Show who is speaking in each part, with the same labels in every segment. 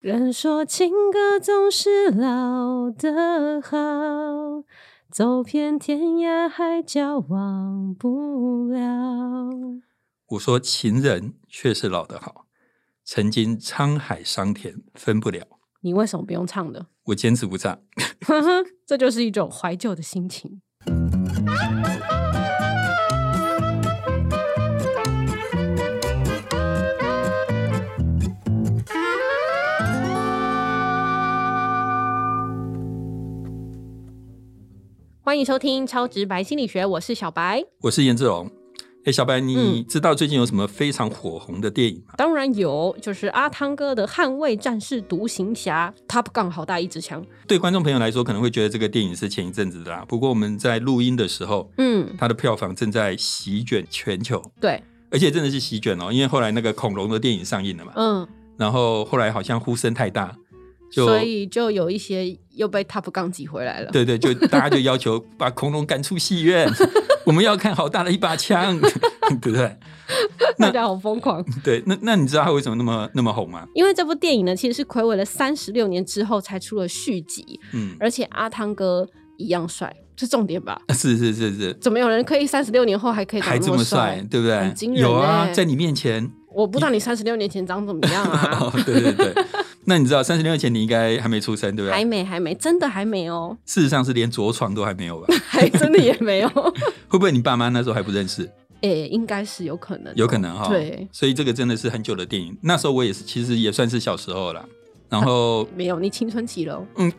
Speaker 1: 人说情歌总是老的好，走遍天涯海角忘不了。
Speaker 2: 我说情人却是老得好，曾经沧海桑田分不了。
Speaker 1: 你为什么不用唱的？
Speaker 2: 我坚持不唱，
Speaker 1: 这就是一种怀旧的心情。欢迎收听《超直白心理学》，我是小白。
Speaker 2: 我是颜志龙。哎，小白，你
Speaker 1: 嗯
Speaker 2: 知道最近有什么非常火红的电影吗？
Speaker 1: 当然有，就是阿汤哥的《捍卫战士独行侠》，Top Gun 好大一支枪。
Speaker 2: 对观众朋友来说，可能会觉得这个电影是前一阵子的啦。不过我们在录音的时候，
Speaker 1: 嗯，
Speaker 2: 它的票房正在席卷全球，
Speaker 1: 对，
Speaker 2: 而且真的是席卷哦。因为后来那个恐龙的电影上映了嘛，
Speaker 1: 嗯，
Speaker 2: 然后后来好像呼声太大，就
Speaker 1: 所以就有一些又被 Top Gun 挤回来了。
Speaker 2: 对对，就大家就要求把恐龙赶出戏院， 我们要看好大的一把枪， 对不对？
Speaker 1: 大家好疯狂，
Speaker 2: 对，那那你知道它为什么那么那么红吗？
Speaker 1: 因为这部电影呢，其实是暌违了三十六年之后才出了续集，
Speaker 2: 嗯，
Speaker 1: 而且阿汤哥一样帅，这重点吧？
Speaker 2: 是是是是，
Speaker 1: 怎么有人可以三十六年后还可以长
Speaker 2: 还这
Speaker 1: 那
Speaker 2: 么帅
Speaker 1: 帅，？
Speaker 2: 对不对
Speaker 1: 很？惊人
Speaker 2: 有啊，
Speaker 1: 欸
Speaker 2: 在你面前，
Speaker 1: 我不知道你三十六年前长怎么样啊
Speaker 2: 哦，，对对对。那你知道三十年前你应该还没出生，对不
Speaker 1: 还
Speaker 2: 对？
Speaker 1: 没，还没，真的还没哦，
Speaker 2: 事实上是连着床都还没有 吧？
Speaker 1: 还真的也没有。
Speaker 2: 会不会你爸妈那时候还不认识？
Speaker 1: 诶、应该是有可能，哦
Speaker 2: 有可能哈。
Speaker 1: 对，
Speaker 2: 所以这个真的是很久的电影。那时候我也是，其实也算是小时候啦。然后
Speaker 1: 没有，你青春期了。哦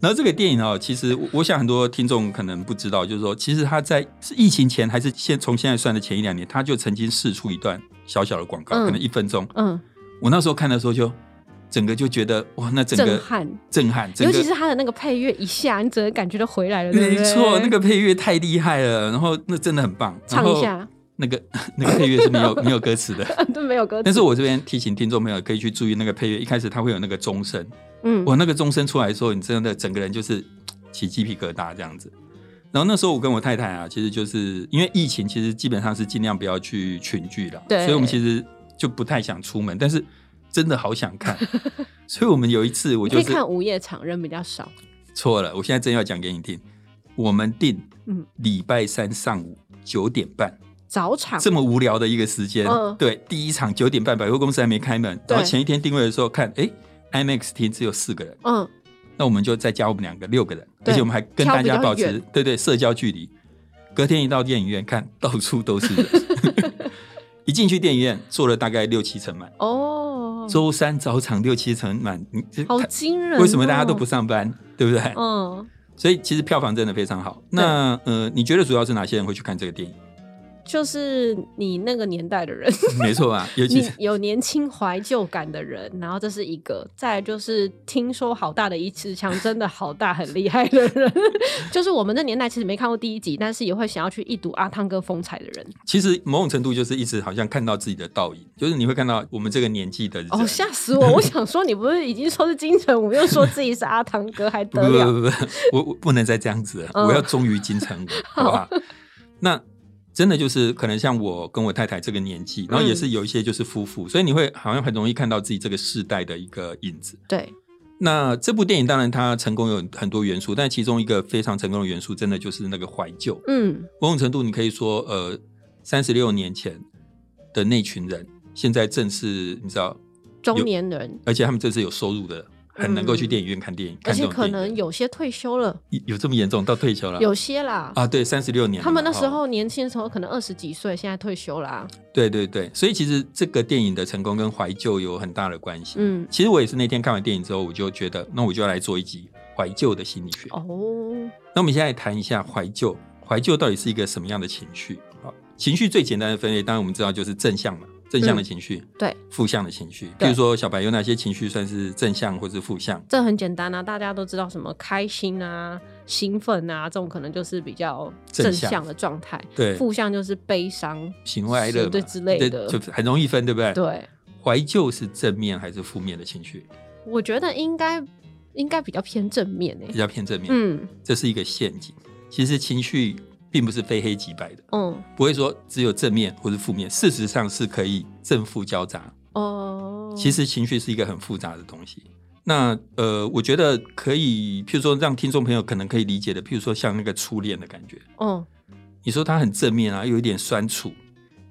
Speaker 2: 然后这个电影哦，其实我我想很多听众可能不知道，就是说，其实他在是疫情前还是现从现在算的前一两年，他就曾经试出一段小小的广告，
Speaker 1: 嗯
Speaker 2: 可能一分钟。
Speaker 1: 嗯，
Speaker 2: 我那时候看的时候就整个就觉得哇，那整个
Speaker 1: 震撼，
Speaker 2: 震撼，整
Speaker 1: 尤
Speaker 2: 个
Speaker 1: 其是他的那个配乐一下，你整个感觉都回来了，对不
Speaker 2: 没
Speaker 1: 对？
Speaker 2: 错，那个配乐太厉害了，然后那真的很棒。
Speaker 1: 唱
Speaker 2: 然
Speaker 1: 一
Speaker 2: 后
Speaker 1: 下，
Speaker 2: 那个 那个配乐是没有没有歌词的，
Speaker 1: 都没有歌词。
Speaker 2: 但是我这边提醒听众朋友可以去注意那个配乐，一开始它会有那个钟声。
Speaker 1: 嗯，
Speaker 2: 我那个钟声出来的时候，你真的整个人就是起鸡皮疙瘩这样子。然后那时候我跟我太太啊，其实就是因为疫情，其实基本上是尽量不要去群聚了，
Speaker 1: 对
Speaker 2: 所以我们其实就不太想出门，但是真的好 想看，所以我们有一次我
Speaker 1: 你可
Speaker 2: 就
Speaker 1: 以
Speaker 2: 是
Speaker 1: 看午夜场，人比较少。
Speaker 2: 错了，我现在真要讲给你听，我们定
Speaker 1: 嗯
Speaker 2: 礼拜三上午九点半，
Speaker 1: 早场
Speaker 2: 这么无聊的一个时间，
Speaker 1: 啊嗯
Speaker 2: 对，第一场九点半，百货公司还没开门，然后
Speaker 1: 对
Speaker 2: 前一天定位的时候看，哎，IMAX 厅只有四个人。
Speaker 1: 嗯，
Speaker 2: 那我们就再加我们两个六个人，而
Speaker 1: 对
Speaker 2: 且我们还跟大家
Speaker 1: 挑
Speaker 2: 保
Speaker 1: 比较
Speaker 2: 持
Speaker 1: 远
Speaker 2: 对对社交距离。隔天一到电影院看， 到处都 是人。一进去电影院坐了大概六七成满，
Speaker 1: 哦，
Speaker 2: 周三早场六七成满，你这
Speaker 1: 好哦
Speaker 2: 他
Speaker 1: 惊人、哦！
Speaker 2: 为什么大家都不？上班，对不对？
Speaker 1: 嗯，
Speaker 2: 所以其实票房真的非常好。那呃，你觉得主要是哪些人会去看这个 电影？
Speaker 1: 就是你那个年代的 人，
Speaker 2: 没错吧？尤其
Speaker 1: 你
Speaker 2: 是
Speaker 1: 有年轻怀旧感的人，然后这是一个，再来就是听说好大的一支枪，真的好大很厉害的人， 就是我们那年代其实没看过第一集，但是也会想要去一睹阿汤哥风采的人。
Speaker 2: 其实某种程度就是一直好像看到自己的倒影，就是你会看到我们这个年纪的人。
Speaker 1: 哦，吓死我！我想说，你不是已经说是金城武，又说自己是阿汤哥，还
Speaker 2: 不
Speaker 1: 得
Speaker 2: 不
Speaker 1: 了？
Speaker 2: 不不不，我我不能再这样子了，
Speaker 1: 嗯
Speaker 2: 我要忠于金城武，好不好？那真的就是可能像我跟我太太这个年纪，然后也是有一些就是夫妇，所以你会好像很容易看到自己这个世代的一个影子。
Speaker 1: 对，
Speaker 2: 那这部电影当然它成功有很多元素，但其中一个非常成功的元素，真的就是那个怀旧。
Speaker 1: 嗯，
Speaker 2: 某种程度，你可以说，呃，三十六年前的那群人，现在正是你知道，
Speaker 1: 中年人，
Speaker 2: 而且他们这是有收入的，很能够去电影院看电影，
Speaker 1: 而
Speaker 2: 看这
Speaker 1: 且
Speaker 2: 种
Speaker 1: 可
Speaker 2: 电影
Speaker 1: 能有些退休了，
Speaker 2: 有有这么严重到退休了？
Speaker 1: 有些啦，
Speaker 2: 啊，对，三十六年了嘛，
Speaker 1: 他们那时
Speaker 2: 哦
Speaker 1: 候年轻的时候可能二十几岁，现在退休啦、
Speaker 2: 对对对，所以其实这个电影的成功跟怀旧有很大的关系。
Speaker 1: 嗯，
Speaker 2: 其实我也是那天看完电影之后，我就觉得，那我就要来做一集怀旧的心理学。
Speaker 1: 哦，
Speaker 2: 那我们现在谈一下怀旧，怀旧到底是一个什么样的情绪？好，情绪最简单的分类，当然我们知道就是正向嘛，正向的情绪，
Speaker 1: 嗯对，
Speaker 2: 负向的情绪。比
Speaker 1: 对
Speaker 2: 如说小白有哪些情绪算是正向或是负向？
Speaker 1: 这很简单啊，大家都知道什么开心啊、兴奋啊，这种可能就是比较
Speaker 2: 正
Speaker 1: 正
Speaker 2: 向
Speaker 1: 向的状态，
Speaker 2: 对，
Speaker 1: 负向就是悲伤，
Speaker 2: 喜怒哀乐嘛
Speaker 1: 对之类的
Speaker 2: 对就很容易分，对不对？。
Speaker 1: 对，嗯
Speaker 2: 怀旧是正面还是负面的情绪？
Speaker 1: 我觉得应该应该比较偏正面诶、
Speaker 2: 比较偏正面。
Speaker 1: 嗯
Speaker 2: 这是一个陷阱。其实情绪并不是非黑即白的，
Speaker 1: 嗯，
Speaker 2: 不会说只有正面或是负面，事实上是可以正负交杂，
Speaker 1: 哦，
Speaker 2: 其实情绪是一个很复杂的东西。那呃，我觉得可以，譬如说让听众朋友可能可以理解的，譬如说像那个初恋的感觉，
Speaker 1: 哦，
Speaker 2: 你说它很正面啊，有一点酸楚，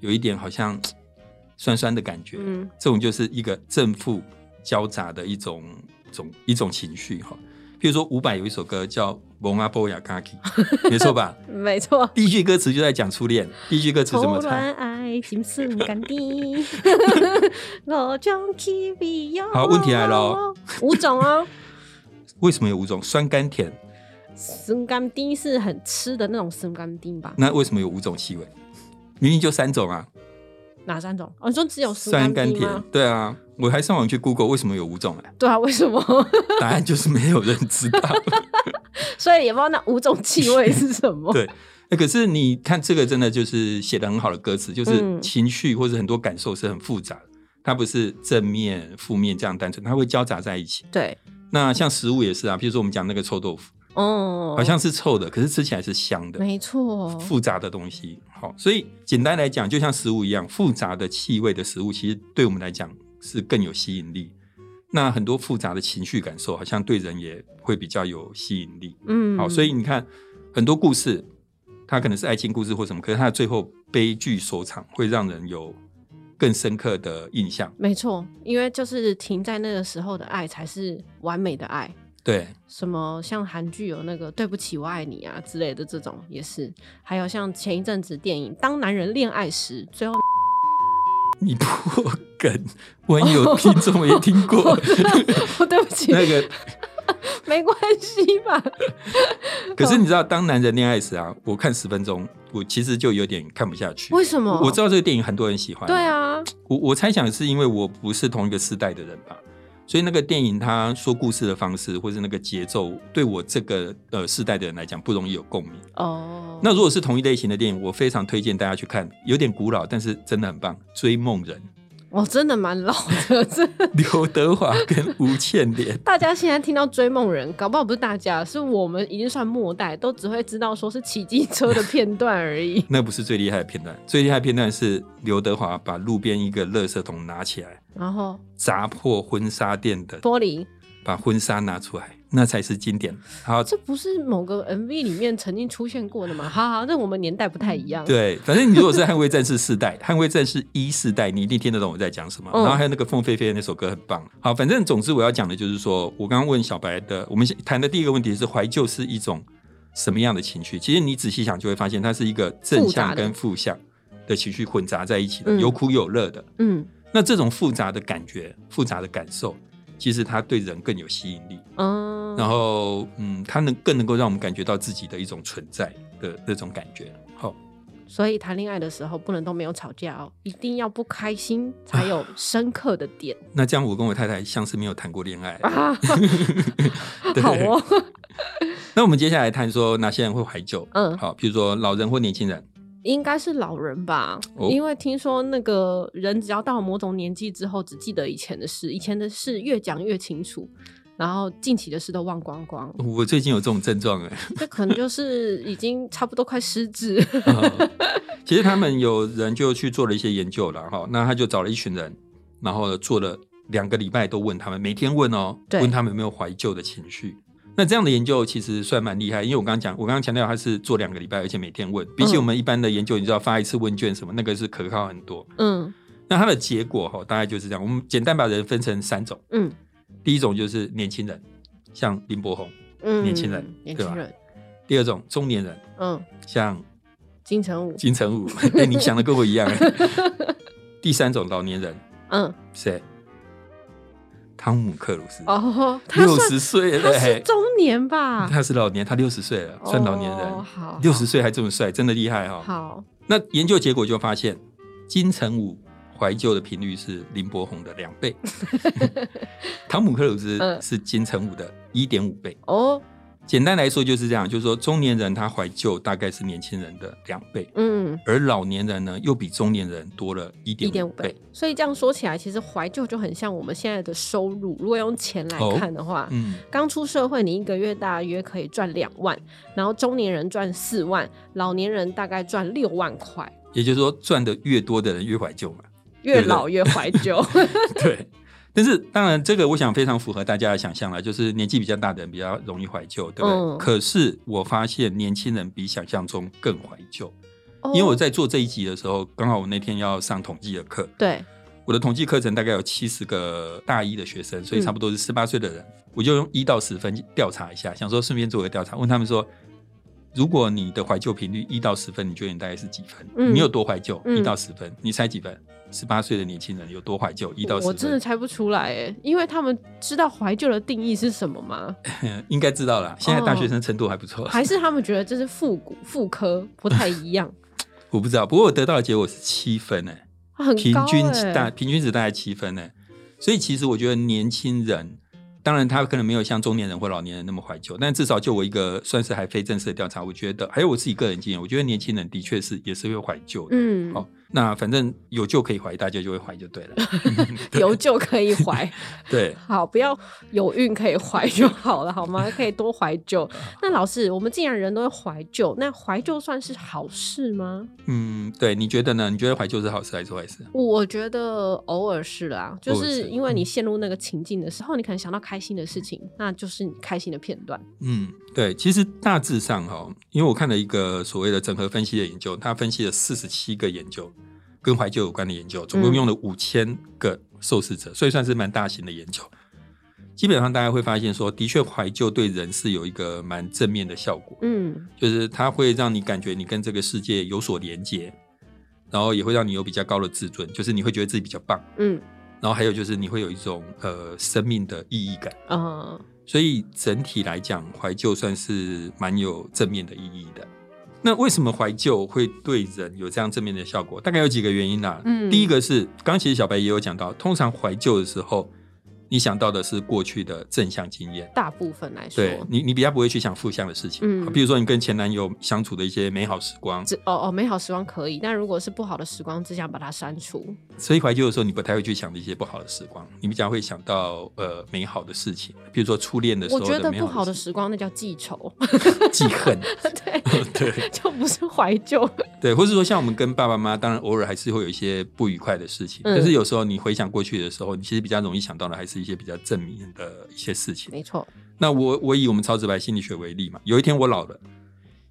Speaker 2: 有一点好像嘖酸酸的感觉，
Speaker 1: 嗯
Speaker 2: 这种就是一个正负交杂的一种种一种情绪哈。譬如说伍佰有一首歌叫《蒙阿波雅嘎基》， 没错吧？
Speaker 1: 没 错。
Speaker 2: 第一句歌词就在讲初恋，第一句歌词怎么
Speaker 1: 突
Speaker 2: 唱？
Speaker 1: 然爱情是甘 甜，我将 k i
Speaker 2: 好问题来了哦，
Speaker 1: 五种哦，
Speaker 2: 为什么有五种酸、甘、甜？
Speaker 1: 酸甘丁是很吃的那种酸甘丁吧？
Speaker 2: 那为什么有五种气味？明明就三种啊，
Speaker 1: 哪三种？哦，你说只有
Speaker 2: 酸、
Speaker 1: 甘
Speaker 2: 甘、
Speaker 1: 丁
Speaker 2: 甜
Speaker 1: 吗？。
Speaker 2: 对啊，我还上网去 Google 为什么有五种哎、
Speaker 1: 对啊，为什么？
Speaker 2: 答案就是没有人知道。
Speaker 1: 所以也不知道那五种气味是什么。
Speaker 2: 对，那可是你看这个真的就是写的很好的歌词，就是
Speaker 1: 嗯
Speaker 2: 情绪或者很多感受是很复杂的，它不是正面、负面这样单纯，它会交杂在一起。
Speaker 1: 对，
Speaker 2: 那像食物也是啊，比如说我们讲那个臭豆腐，
Speaker 1: 哦，
Speaker 2: 好像是臭的，可是吃起来是香的。
Speaker 1: 没哦错。
Speaker 2: 复杂的东西。好，所以简单来讲，就像食物一样，复杂的气味的食物，其实对我们来讲是更有吸引力。那很多复杂的情绪感受，好像对人也会比较有吸引力。
Speaker 1: 嗯，
Speaker 2: 好，所以你看很多故事，它可能是爱情故事或什么，可是它的最后悲剧收场，会让人有更深刻的印象。
Speaker 1: 没错，因为就是停在那个时候的爱才是完美的爱。
Speaker 2: 对，
Speaker 1: 什么像韩剧有那个“对不起，我爱你”啊之类的这种也是，还有像前一阵子电影《当男人恋爱时》，最后
Speaker 2: 你破梗，万一有听众没听 过
Speaker 1: 对不起，
Speaker 2: 那个
Speaker 1: 没关系吧？
Speaker 2: 可是你知道，当男人恋爱时啊，我看十分钟，我其实就有点看不下去。
Speaker 1: 为什么？
Speaker 2: 我知道这个电影很多人喜欢，
Speaker 1: 对，啊，
Speaker 2: 我我猜想是因为我不是同一个世代的人吧，所以那个电影它说故事的方式或是那个节奏，对我这个呃世代的人来讲不容易有共鸣。
Speaker 1: 哦，
Speaker 2: 那如果是同一类型的电影，我非常推荐大家去看，有点古老，但是真的很棒，《追梦人
Speaker 1: 我真的蛮老的， 这》。
Speaker 2: 刘德华跟吴倩莲。
Speaker 1: 大家现在听到追梦人，搞不好不是大家，是我们已经算末代，都只会知道说是骑机车的片段而已
Speaker 2: 那不是最厉害的片段， 最厉害的片段是刘德华把路边一个垃圾桶拿起来，
Speaker 1: 然后
Speaker 2: 砸破婚纱店的，
Speaker 1: 玻璃，
Speaker 2: 把婚纱拿出来，那才是经典。好，
Speaker 1: 这不是某个 MV 里面曾经出现过的吗？好好，那我们年代不太一样。，
Speaker 2: 嗯对，反正你如果是《捍卫战士》四代，《捍卫战士》一四代，你一定听得懂我在讲什么。
Speaker 1: 嗯
Speaker 2: 然后还有那个凤飞飞的那首歌很棒。好，反正总之我要讲的就是说，我刚刚问小白的，我们先谈的第一个问题是怀旧是一种什么样的情绪？其实你仔细想就会发现，它是一个正
Speaker 1: 复杂
Speaker 2: 向
Speaker 1: 的
Speaker 2: 跟负向的情绪混杂在一起的，
Speaker 1: 嗯
Speaker 2: 有苦有乐的。
Speaker 1: 嗯
Speaker 2: 那这种复杂的感觉、复杂的感受，其实它对人更有吸引力。
Speaker 1: 嗯，
Speaker 2: 然后嗯，它能更能够让我们感觉到自己的一种存在的那种感觉。好、
Speaker 1: 所以谈恋爱的时候不能都没有吵架哦，一定要不开心才有
Speaker 2: 啊
Speaker 1: 深刻的 点
Speaker 2: 那这样我跟我太太像是没有谈过恋 爱。
Speaker 1: 啊。
Speaker 2: 对
Speaker 1: 好哦，
Speaker 2: 那我们接下来谈说哪些人会怀旧？
Speaker 1: 嗯
Speaker 2: 好，譬如说老人或年轻人。
Speaker 1: 应该是老人吧，
Speaker 2: 哦，
Speaker 1: 因为听说那个人只要到某种年纪之后，只记得以前的事，以前的事越讲越清楚，然后近期的事都忘光光
Speaker 2: 我最近有这种症状哎、
Speaker 1: 这可能就是已经差不多快失智。嗯
Speaker 2: 其实他们有人就去做了一些研究了哈，那他就找了一群人，然后做了两个礼拜都问他们，每天问哦，
Speaker 1: 对
Speaker 2: 问他们有没有怀旧的情绪。那这样的研究其实算蛮厉害，因为我刚刚讲，我刚刚强调他是做两个礼拜，而且每天问，比
Speaker 1: 嗯
Speaker 2: 起我们一般的研究，你知道发一次问卷什么，那个是可靠很多。
Speaker 1: 嗯
Speaker 2: 那它的结果哈，大概就是这样。我们简单把人分成三种，
Speaker 1: 嗯
Speaker 2: 第一种就是年轻人，像林柏宏；
Speaker 1: 嗯，
Speaker 2: 年轻人
Speaker 1: 年
Speaker 2: 对吧
Speaker 1: 轻人，
Speaker 2: 第二种中年人，
Speaker 1: 嗯，
Speaker 2: 像
Speaker 1: 金城武，
Speaker 2: 金城武。哎、你想的跟我一样。第三种老年人
Speaker 1: 嗯
Speaker 2: 谁？汤姆克鲁斯，
Speaker 1: 哦，他
Speaker 2: 六
Speaker 1: 算
Speaker 2: 十岁
Speaker 1: 他
Speaker 2: 了、
Speaker 1: 是
Speaker 2: 嘿
Speaker 1: 中年吧？
Speaker 2: 他是老年，他六十岁了，算老年
Speaker 1: 哦
Speaker 2: 人。
Speaker 1: 好，
Speaker 2: 六十岁还这么帅，真的厉害哈、
Speaker 1: 好，
Speaker 2: 那研究结果就发现，金城武怀旧的频率是林柏宏的两倍， 汤姆克鲁斯
Speaker 1: 嗯
Speaker 2: 是金城武的一点五倍。
Speaker 1: 哦，
Speaker 2: 简单来说就是这样，就是说中年人他怀旧大概是年轻人的两倍，
Speaker 1: 嗯，
Speaker 2: 而老年人呢又比中年人多了一
Speaker 1: 一
Speaker 2: 点
Speaker 1: 点
Speaker 2: 五
Speaker 1: 五
Speaker 2: 倍
Speaker 1: 倍。。所以这样说起来，其实怀旧就很像我们现在的收入。如果用钱来
Speaker 2: 哦
Speaker 1: 看的话，
Speaker 2: 嗯，
Speaker 1: 刚出社会，你一个月大约可以赚两万，然后中年人赚四万，老年人大概赚六万块。
Speaker 2: 也就是说赚的越多的人越怀旧嘛。
Speaker 1: 越老越怀旧。
Speaker 2: 对，但是当然，这个我想非常符合大家的想象了，就是年纪比较大的人比较容易怀旧，对不对？
Speaker 1: 嗯
Speaker 2: 可是我发现年轻人比想象中更怀旧， 因为我
Speaker 1: 哦
Speaker 2: 在做这一集的时候，刚好我那天要上统计的课，
Speaker 1: 对
Speaker 2: 我的统计课程大概有七十个大一的学生，所
Speaker 1: 嗯
Speaker 2: 以差不多是十八岁的人，我就用一到十分调查一下，想说顺便做个调查，问他们说。如果你的怀旧频率一到十分，你觉得你大概是几分？
Speaker 1: 嗯
Speaker 2: 你有多怀旧？一、
Speaker 1: 嗯
Speaker 2: 到十分，你猜几分？十八岁的年轻人有多怀旧？一到十分，
Speaker 1: 我真的猜不出来哎，因为他们知道怀旧的定义是什么吗？
Speaker 2: 嗯，应该知道啦。现在大学生程度 还不错，
Speaker 1: 哦还是他们觉得这是复古妇科不太一样，
Speaker 2: 我不知道。不过我得到的结果是七分呢、欸
Speaker 1: 啊很
Speaker 2: 平
Speaker 1: 高
Speaker 2: 均
Speaker 1: 哎
Speaker 2: 大平均值大概七分呢、欸所以其实我觉得年轻人，当然他可能没有像中年人或老年人那么怀旧，但至少就我一个算是还非正式的调查，我觉得还有我自己个人经验，我觉得年轻人的确是也是会怀旧的。
Speaker 1: 嗯，
Speaker 2: 哦，那反正有旧可以怀，大家就会怀就对 了。
Speaker 1: 有旧可以怀，
Speaker 2: 对，
Speaker 1: 好，不要有孕可以怀就好了，好吗？可以多怀 旧。
Speaker 2: 嗯
Speaker 1: 那老师，我们既然人都会怀旧，那怀旧算是好事吗？
Speaker 2: 嗯，对，你觉得呢？你觉得怀旧是好事还是坏事？
Speaker 1: 我觉得偶尔是啦，就
Speaker 2: 偶尔
Speaker 1: 是
Speaker 2: 是嗯
Speaker 1: 因为你陷入那个情境的时候，你可能想到开心的事情，那就是你开心的片段。
Speaker 2: 嗯，对，其实大致上哈、因为我看了一个所谓的整合分析的研究，它分析了四十七个研究跟怀旧有关的研究，总共
Speaker 1: 嗯
Speaker 2: 用了五千个受试者，所以算是蛮大型的研究。基本上大家会发现说，的确怀旧对人是有一个蛮正面的效果，
Speaker 1: 嗯
Speaker 2: 就是它会让你感觉你跟这个世界有所连接，然后也会让你有比较高的自尊，就是你会觉得自己比较棒，
Speaker 1: 嗯
Speaker 2: 然后还有就是你会有一种呃生命的意义感。
Speaker 1: 呃，
Speaker 2: 所以整体来讲，怀旧算是蛮有正面的意义的。那为什么怀旧会对人有这样正面的效果？大概有几个原因啦、
Speaker 1: 嗯
Speaker 2: 第一个是，刚刚其实小白也有讲到，通常怀旧的时候，你想到的是过去的正向经验，
Speaker 1: 大部分来说，
Speaker 2: 对你，你比较不会去想负向的事情。
Speaker 1: 嗯
Speaker 2: 比如说你跟前男友相处的一些美好时光，
Speaker 1: 只哦哦，美好时光可以，但如果是不好的时光，只想把它删除。
Speaker 2: 所以怀旧的时候，你不太会去想一些不好的时光，你比较会想到呃美好的事情，比如说初恋的时
Speaker 1: 我
Speaker 2: 候
Speaker 1: 觉得
Speaker 2: 的美
Speaker 1: 不好
Speaker 2: 好
Speaker 1: 的
Speaker 2: 的事
Speaker 1: 时光那叫记仇，
Speaker 2: 记恨，
Speaker 1: 对，
Speaker 2: 对。
Speaker 1: 就不是怀旧。
Speaker 2: 对，或是说像我们跟爸爸妈妈，当然偶尔还是会有一些不愉快的事情，
Speaker 1: 嗯
Speaker 2: 但是有时候你回想过去的时候，你其实比较容易想到的还是一些比较正面的一些事情。
Speaker 1: 没错，
Speaker 2: 那我我以我们超直白心理学为例嘛，有一天我老了，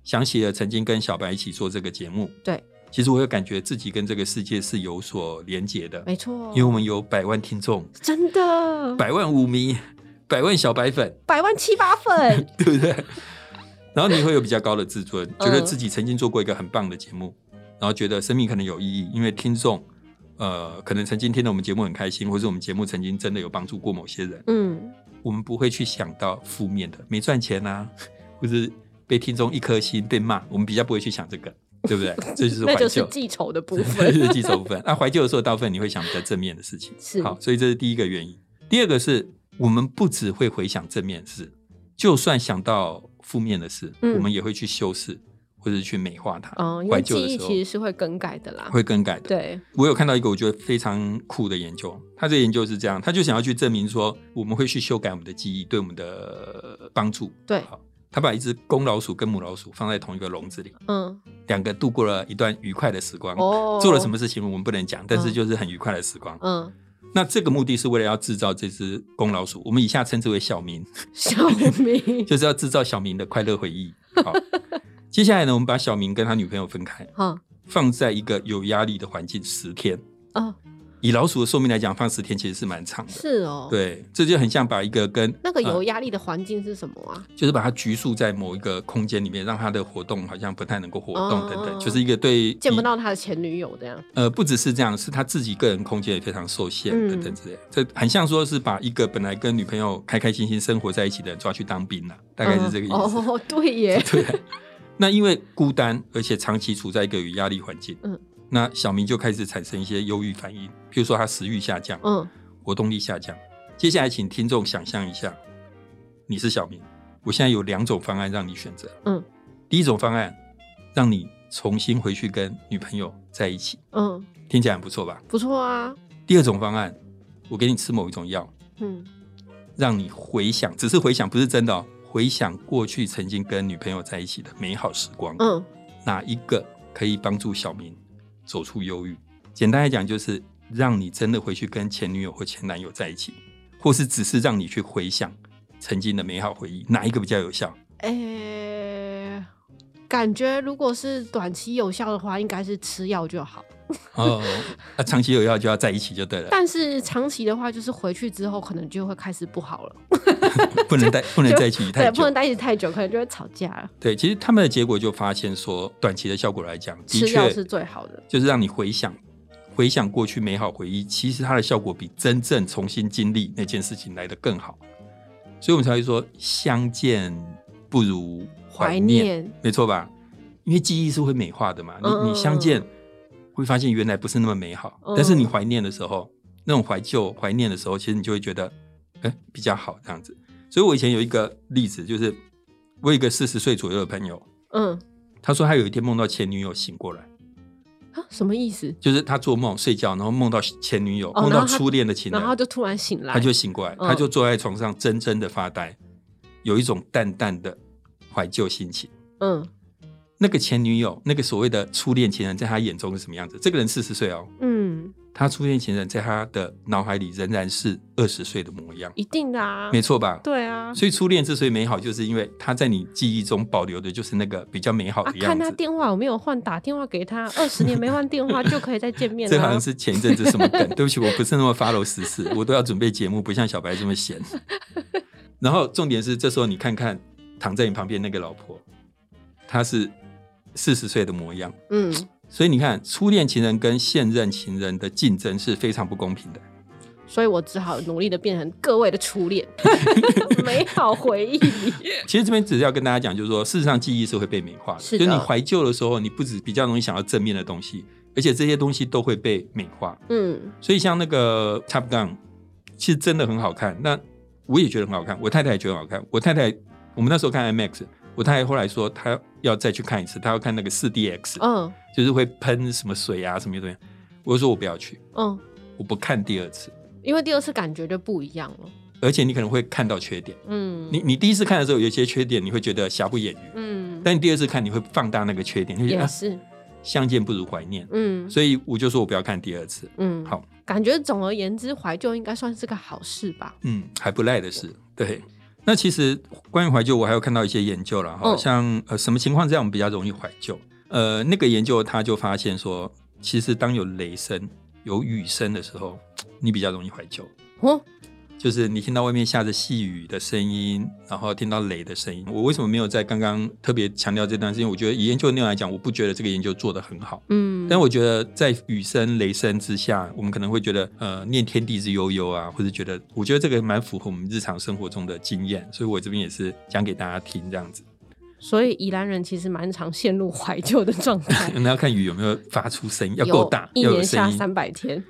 Speaker 2: 想起了曾经跟小白一起做这个节目，
Speaker 1: 对，
Speaker 2: 其实我会感觉自己跟这个世界是有所连结的，
Speaker 1: 没错，
Speaker 2: 因为我们有百万听众、
Speaker 1: 真的
Speaker 2: 百万舞迷、百万小白粉，
Speaker 1: 百万七八粉，
Speaker 2: 对不对？然后你会有比较高的自尊，觉得自己曾经做过一个很棒的节目，然后觉得生命可能有意义，因为听众呃可能曾经听了我们节目很开心，或是我们节目曾经真的有帮助过某些人，
Speaker 1: 嗯，
Speaker 2: 我们不会去想到负面的，没赚钱啊，或是被听众一颗心被骂，我们比较不会去想这个，对不对？这就是
Speaker 1: 那
Speaker 2: 怀
Speaker 1: 就是
Speaker 2: 旧。
Speaker 1: 记仇的部
Speaker 2: 这
Speaker 1: 分。
Speaker 2: 是 记仇部分。那怀旧的时候，大部分你会想比较正面的事情，
Speaker 1: 是
Speaker 2: 好，所以这是第一个原因。第二个是我们不只会回想正面的事，就算想到负面的事，
Speaker 1: 嗯
Speaker 2: 我们也会去修饰或者是去美化它。
Speaker 1: 嗯，因
Speaker 2: 怀
Speaker 1: 为记
Speaker 2: 旧的
Speaker 1: 忆
Speaker 2: 时候
Speaker 1: 其实是会更改的啦。
Speaker 2: 会更改的。
Speaker 1: 对，
Speaker 2: 我有看到一个我觉得非常酷的研究，他这个研究是这样，他就想要去证明说我们会去修改我们的记忆对我们的呃帮助。
Speaker 1: 对
Speaker 2: 好，他把一只公老鼠跟母老鼠放在同一个笼子里，
Speaker 1: 嗯，
Speaker 2: 两个度过了一段愉快的时光。
Speaker 1: 哦，
Speaker 2: 做了什么？事情我们不能讲，但是
Speaker 1: 嗯
Speaker 2: 就是很愉快的时光。
Speaker 1: 嗯，
Speaker 2: 那这个目的是为了要制造这只公老鼠，我们以下称之为小明，
Speaker 1: 小明，
Speaker 2: 就是要制造小明的快乐 回忆。好，接下来呢，我们把小明跟他女朋友分开，
Speaker 1: 哈，
Speaker 2: 放在一个有压力的环境十天。
Speaker 1: 哦，
Speaker 2: 以老鼠的寿命来讲，放十天其实是蛮长的。
Speaker 1: 是哦，，
Speaker 2: 对，这就很像把一个跟
Speaker 1: 那个有
Speaker 2: 呃
Speaker 1: 压力的环境是什么啊？
Speaker 2: 就是把它拘束在某一个空间里面，让它的活动好像不太能够活
Speaker 1: 哦
Speaker 2: 动等等，就是一个对
Speaker 1: 见不
Speaker 2: 你
Speaker 1: 到他的前女友这样。
Speaker 2: 呃，不只是这样，是他自己个人空间也非常受限
Speaker 1: 嗯
Speaker 2: 等等之类的。这很像说是把一个本来跟女朋友开开心心生活在一起的人抓去当兵了、大概是这个意
Speaker 1: 嗯
Speaker 2: 思。
Speaker 1: 哦， 对耶，
Speaker 2: 对，啊那因为孤单，而且长期处在一个有压力环境，
Speaker 1: 嗯
Speaker 2: 那小明就开始产生一些忧郁反应，譬如说他食欲下降，
Speaker 1: 嗯，
Speaker 2: 活动力下降。接下来，请听众想象一下，你是小明，我现在有两种方案让你选择。
Speaker 1: 嗯，
Speaker 2: 第一种方案让你重新回去跟女朋友在一起，
Speaker 1: 嗯，
Speaker 2: 听起来很不错吧？
Speaker 1: 不错啊，
Speaker 2: 第二种方案，我给你吃某一种药，
Speaker 1: 嗯，
Speaker 2: 让你回想，只是回想，不是真的、哦，回想过去曾经跟女朋友在一起的美好时光，
Speaker 1: 嗯，
Speaker 2: 哪一个可以帮助小明走出忧郁？简单来讲，就是让你真的回去跟前女友或前男友在一起，或是只是让你去回想曾经的美好回忆，哪一个比较有 效？
Speaker 1: 诶、感觉如果是短期有效的话，应该是吃药就好。
Speaker 2: 哦，那、长期有要就要在一起 就对了，
Speaker 1: 但是长期的话，就是回去之后可能就会开始不好了，
Speaker 2: 不能在不能在一起
Speaker 1: 对
Speaker 2: 太，
Speaker 1: 不
Speaker 2: 久
Speaker 1: 能。待一起太久，可能就会吵架了。
Speaker 2: 对，其实他们的结果就发现说，短期的效果来讲，的
Speaker 1: 吃药
Speaker 2: 确
Speaker 1: 是最好的。
Speaker 2: 就是让你回想回想过去美好回忆，其实它的效果比真正重新经历那件事情来得更好。所以我们才会说，相见不如怀
Speaker 1: 怀
Speaker 2: 念，
Speaker 1: 念
Speaker 2: 没错吧？因为记忆是会美化的嘛，
Speaker 1: 嗯
Speaker 2: 你你相见会发现原来不是那么美好，但是
Speaker 1: 嗯
Speaker 2: 你怀念的时候，那种怀旧怀念的时候，其实你就会觉得，哎、比较好这样子。所以我以前有一个例子，就是我有一个四十岁左右的朋友，
Speaker 1: 嗯，
Speaker 2: 他说他有一天梦到前女友醒过来。
Speaker 1: 啊什么意思？
Speaker 2: 就是他做梦睡觉，然后梦到前女友，
Speaker 1: 哦
Speaker 2: 梦
Speaker 1: 然
Speaker 2: 到
Speaker 1: 后他
Speaker 2: 初恋的情人，
Speaker 1: 然后就突然醒来，
Speaker 2: 他就醒过来，
Speaker 1: 嗯
Speaker 2: 他就坐在床上怔怔的发呆，有一种淡淡的怀旧心情。
Speaker 1: 嗯
Speaker 2: 那个前女友，那个所谓的初恋情人，在他眼中是什么样子？这个人四十岁哦，
Speaker 1: 嗯，
Speaker 2: 他初恋情人在他的脑海里仍然是二十岁的模样，
Speaker 1: 一定的啊，
Speaker 2: 没错吧？
Speaker 1: 对啊。
Speaker 2: 所以初恋之所以美好，就是因为他在你记忆中保留的就是那个比较美好
Speaker 1: 啊
Speaker 2: 的，样
Speaker 1: 看
Speaker 2: 子。
Speaker 1: 他电话有没有换，打电话给他，二十年没换电话就可以再见面啊
Speaker 2: 这好
Speaker 1: 了
Speaker 2: 像。是前一阵子什么梗？ 对不起，我不是那么 follow 时事，我都要准备节目，不像小白这么 闲。然后重点是，这时候你看看躺在你旁边那个老婆，她是四十岁的模样，
Speaker 1: 嗯，
Speaker 2: 所以你看，初恋情人跟现任情人的竞争是非常不公平的。
Speaker 1: 所以我只好努力的变成各位的初 恋，美好回忆。
Speaker 2: 其实这边只是要跟大家讲，就是说，事实上记忆是会被美化的，
Speaker 1: 是
Speaker 2: 就是你
Speaker 1: 的
Speaker 2: 怀旧的时候，你不止比较容易想到正面的东西，而且这些东西都会被美化。
Speaker 1: 嗯
Speaker 2: 所以像那个 Top Gun，其实真的很好看。那我也觉得很好看，我太太也觉得很好看。我太太，我们那时候看 IMAX，我太太后来说她要再去看一次，她要看那个四 DX，、
Speaker 1: 嗯
Speaker 2: 就是会喷什么水啊什么东西。我就说我不要去，
Speaker 1: 嗯，
Speaker 2: 我不看第二次，
Speaker 1: 因为第二次感觉就不一样了。
Speaker 2: 而且你可能会看到缺点。
Speaker 1: 嗯，
Speaker 2: 你你第一次看的时候有一些缺点，你会觉得瑕不掩瑜，
Speaker 1: 嗯
Speaker 2: 但你第二次看你会放大那个缺点，你会觉得、
Speaker 1: 也
Speaker 2: 啊、
Speaker 1: 是，
Speaker 2: 相见不如怀念。
Speaker 1: 嗯
Speaker 2: 所以我就说我不要看第二次。
Speaker 1: 嗯，
Speaker 2: 好，
Speaker 1: 感觉总而言之，怀旧应该算是个好事吧。
Speaker 2: 嗯，还不赖的是，对。那其实关于怀旧，我还有看到一些研究了哈，
Speaker 1: 嗯
Speaker 2: 像呃什么情况之下我们比较容易怀旧？呃，那个研究他就发现说，其实当有雷声、有雨声的时候，你比较容易怀旧。
Speaker 1: 哦，
Speaker 2: 就是你听到外面下着细雨的声音，然后听到雷的声音。我为什么没有在刚刚特别强调这段事情？我觉得以研究内容来讲，我不觉得这个研究做得很好。
Speaker 1: 嗯，
Speaker 2: 但我觉得在雨声、雷声之下，我们可能会觉得，呃，念天地之悠悠啊，或者觉得，我觉得这个蛮符合我们日常生活中的经验，所以我这边也是讲给大家听这样子。
Speaker 1: 所以宜兰人其实蛮常陷入怀旧的状态。
Speaker 2: 那要看雨有没有发出声音，要
Speaker 1: 有
Speaker 2: 够大，
Speaker 1: 一
Speaker 2: 要有
Speaker 1: 年下
Speaker 2: 声音。
Speaker 1: 三百天，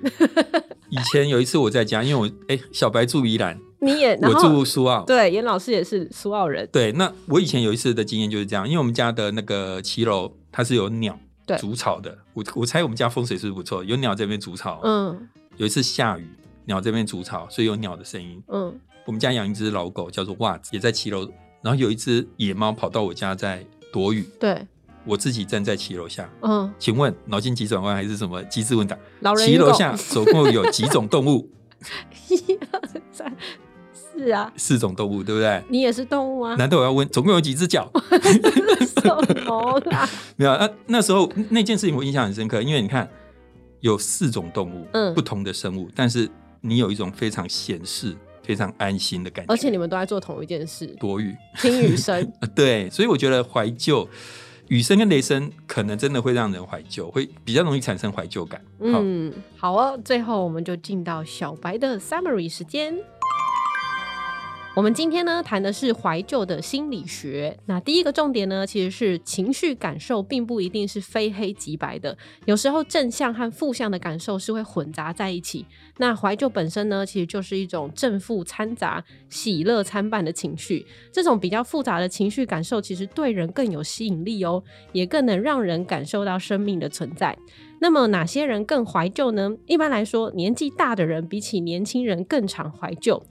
Speaker 2: 以前有一次我在家，因为我哎、小白住宜兰，
Speaker 1: 你也然
Speaker 2: 我
Speaker 1: 后
Speaker 2: 住苏澳。
Speaker 1: 对严老师也是苏澳人，
Speaker 2: 对，那我以前有一次的经验就是这样，因为我们家的那个骑楼它是有鸟
Speaker 1: 对
Speaker 2: 筑巢的，我我猜我们家风水是不是不错，有鸟在那边筑巢。
Speaker 1: 嗯
Speaker 2: 有一次下雨，鸟在那边筑巢，所以有鸟的声音。
Speaker 1: 嗯，
Speaker 2: 我们家养一只老狗，叫做袜子，也在骑楼。然后有一只野猫跑到我家在躲雨，
Speaker 1: 对，
Speaker 2: 我自己站在骑楼下。
Speaker 1: 嗯，
Speaker 2: 请问脑筋急转弯还是什么机智问答？
Speaker 1: 老人
Speaker 2: 骑
Speaker 1: 与
Speaker 2: 楼
Speaker 1: 狗
Speaker 2: 下总共有几种动物？
Speaker 1: 一二三，是啊，
Speaker 2: 四种动物，对不对？
Speaker 1: 你也是动物啊，
Speaker 2: 难道我要问总共有几 只脚？
Speaker 1: 什么啦？
Speaker 2: 没有啊，那时候那件事情我印象很深刻，因为你看有四种动物，
Speaker 1: 嗯
Speaker 2: 不同的生物，但是你有一种非常闲适、非常安心的感觉。
Speaker 1: 而且你们都在做同一件事，
Speaker 2: 躲雨，
Speaker 1: 听雨声，
Speaker 2: 啊，对，所以我觉得怀旧，雨声跟雷声可能真的会让人怀旧，会比较容易产生怀旧感。好，
Speaker 1: 嗯，好哦。最后我们就进到小白的 summary 时间。我们今天呢谈的是怀旧的心理学。那第一个重点呢，其实是情绪感受并不一定是非黑即白的，有时候正向和负向的感受是会混杂在一起。那怀旧本身呢，其实就是一种正负掺杂、喜乐参半的情绪。这种比较复杂的情绪感受，其实对人更有吸引力哦，也更能让人感受到生命的存在。那么哪些人更怀旧呢？一般来说，年纪大的人比起年轻人更常怀旧。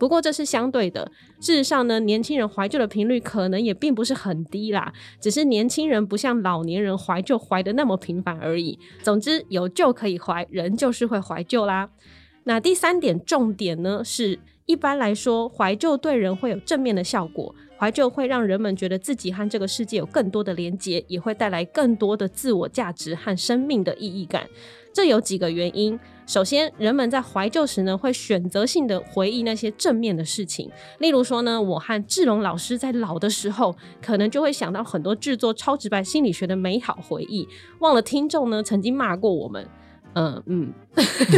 Speaker 1: 不过这是相对的，事实上呢，年轻人怀旧的频率可能也并不是很低啦，只是年轻人不像老年人怀旧怀的那么频繁而已。总之，有旧可以怀，人就是会怀旧啦。那第三点重点呢是。一般来说，怀旧对人会有正面的效果。怀旧会让人们觉得自己和这个世界有更多的连接，也会带来更多的自我价值和生命的意义感。这有几个原因。首先，人们在怀旧时呢，会选择性的回忆那些正面的事情，例如说呢，我和志龙老师在老的时候，可能就会想到很多制作超直白心理学的美好回忆。忘了听众呢曾经骂过我们，嗯嗯，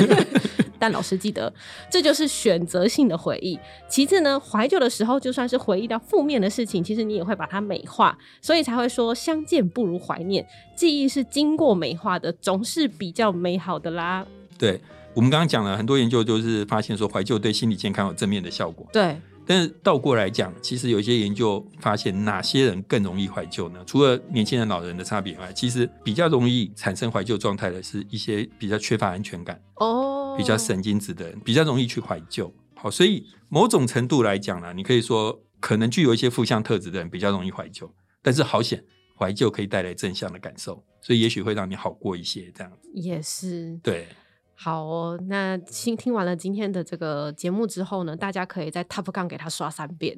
Speaker 1: 但老师记得，这就是选择性的回忆。其次呢，怀旧的时候，就算是回忆到负面的事情，其实你也会把它美化，所以才会说相见不如怀念。记忆是经过美化的，总是比较美好的啦。
Speaker 2: 对我们刚刚讲了很多研究，就是发现说怀旧对心理健康有正面的效果。
Speaker 1: 对，
Speaker 2: 但是倒过来讲，其实有一些研究发现，哪些人更容易怀旧呢？除了年轻人、老人的差别以外，其实比较容易产生怀旧状态的是一些比较缺乏安全感、
Speaker 1: 哦
Speaker 2: 比较神经质的人，比较容易去怀旧。好，所以某种程度来讲呢，你可以说可能具有一些负向特质的人比较容易怀旧，但是好险，怀旧可以带来正向的感受，所以也许会让你好过一些。这样子，
Speaker 1: 也是。
Speaker 2: 对。
Speaker 1: 好哦，那听听完了今天的这个节目之后呢，大家可以在 Top Gun 给他刷三遍，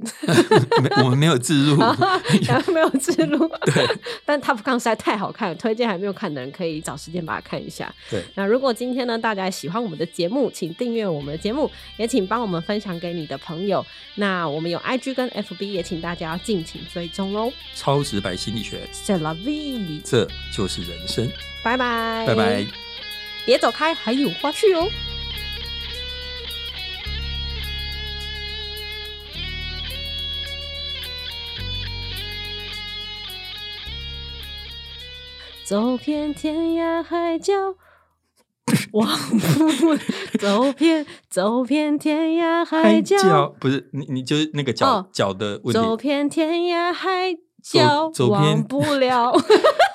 Speaker 2: 没，我们没有 置入。
Speaker 1: 然后没有记录。 但 Top Gun 实在太好看了，推荐还没有看的人可以找时间把它看一下。
Speaker 2: 对，
Speaker 1: 那如果今天呢，大家喜欢我们的节目，请订阅我们的节目，也请帮我们分享给你的朋友。那我们有 IG 跟 FB，也请大家敬请追踪喽。
Speaker 2: 超直白心理学，
Speaker 1: C'est la vie，
Speaker 2: 这就是人生。
Speaker 1: 拜拜，
Speaker 2: 拜拜。，
Speaker 1: 别走开，还有花絮哦。走遍天涯海角，忘不了走遍走遍天涯海角，
Speaker 2: 不是你，你就是那个脚
Speaker 1: 哦
Speaker 2: 脚的问
Speaker 1: 走
Speaker 2: 题，
Speaker 1: 遍天涯海角，
Speaker 2: 走遍
Speaker 1: 忘不 了。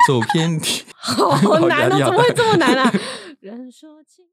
Speaker 2: 走偏题。
Speaker 1: 好难哦，怎
Speaker 2: 好难
Speaker 1: 么
Speaker 2: 呀
Speaker 1: 会这么难啊？人说情。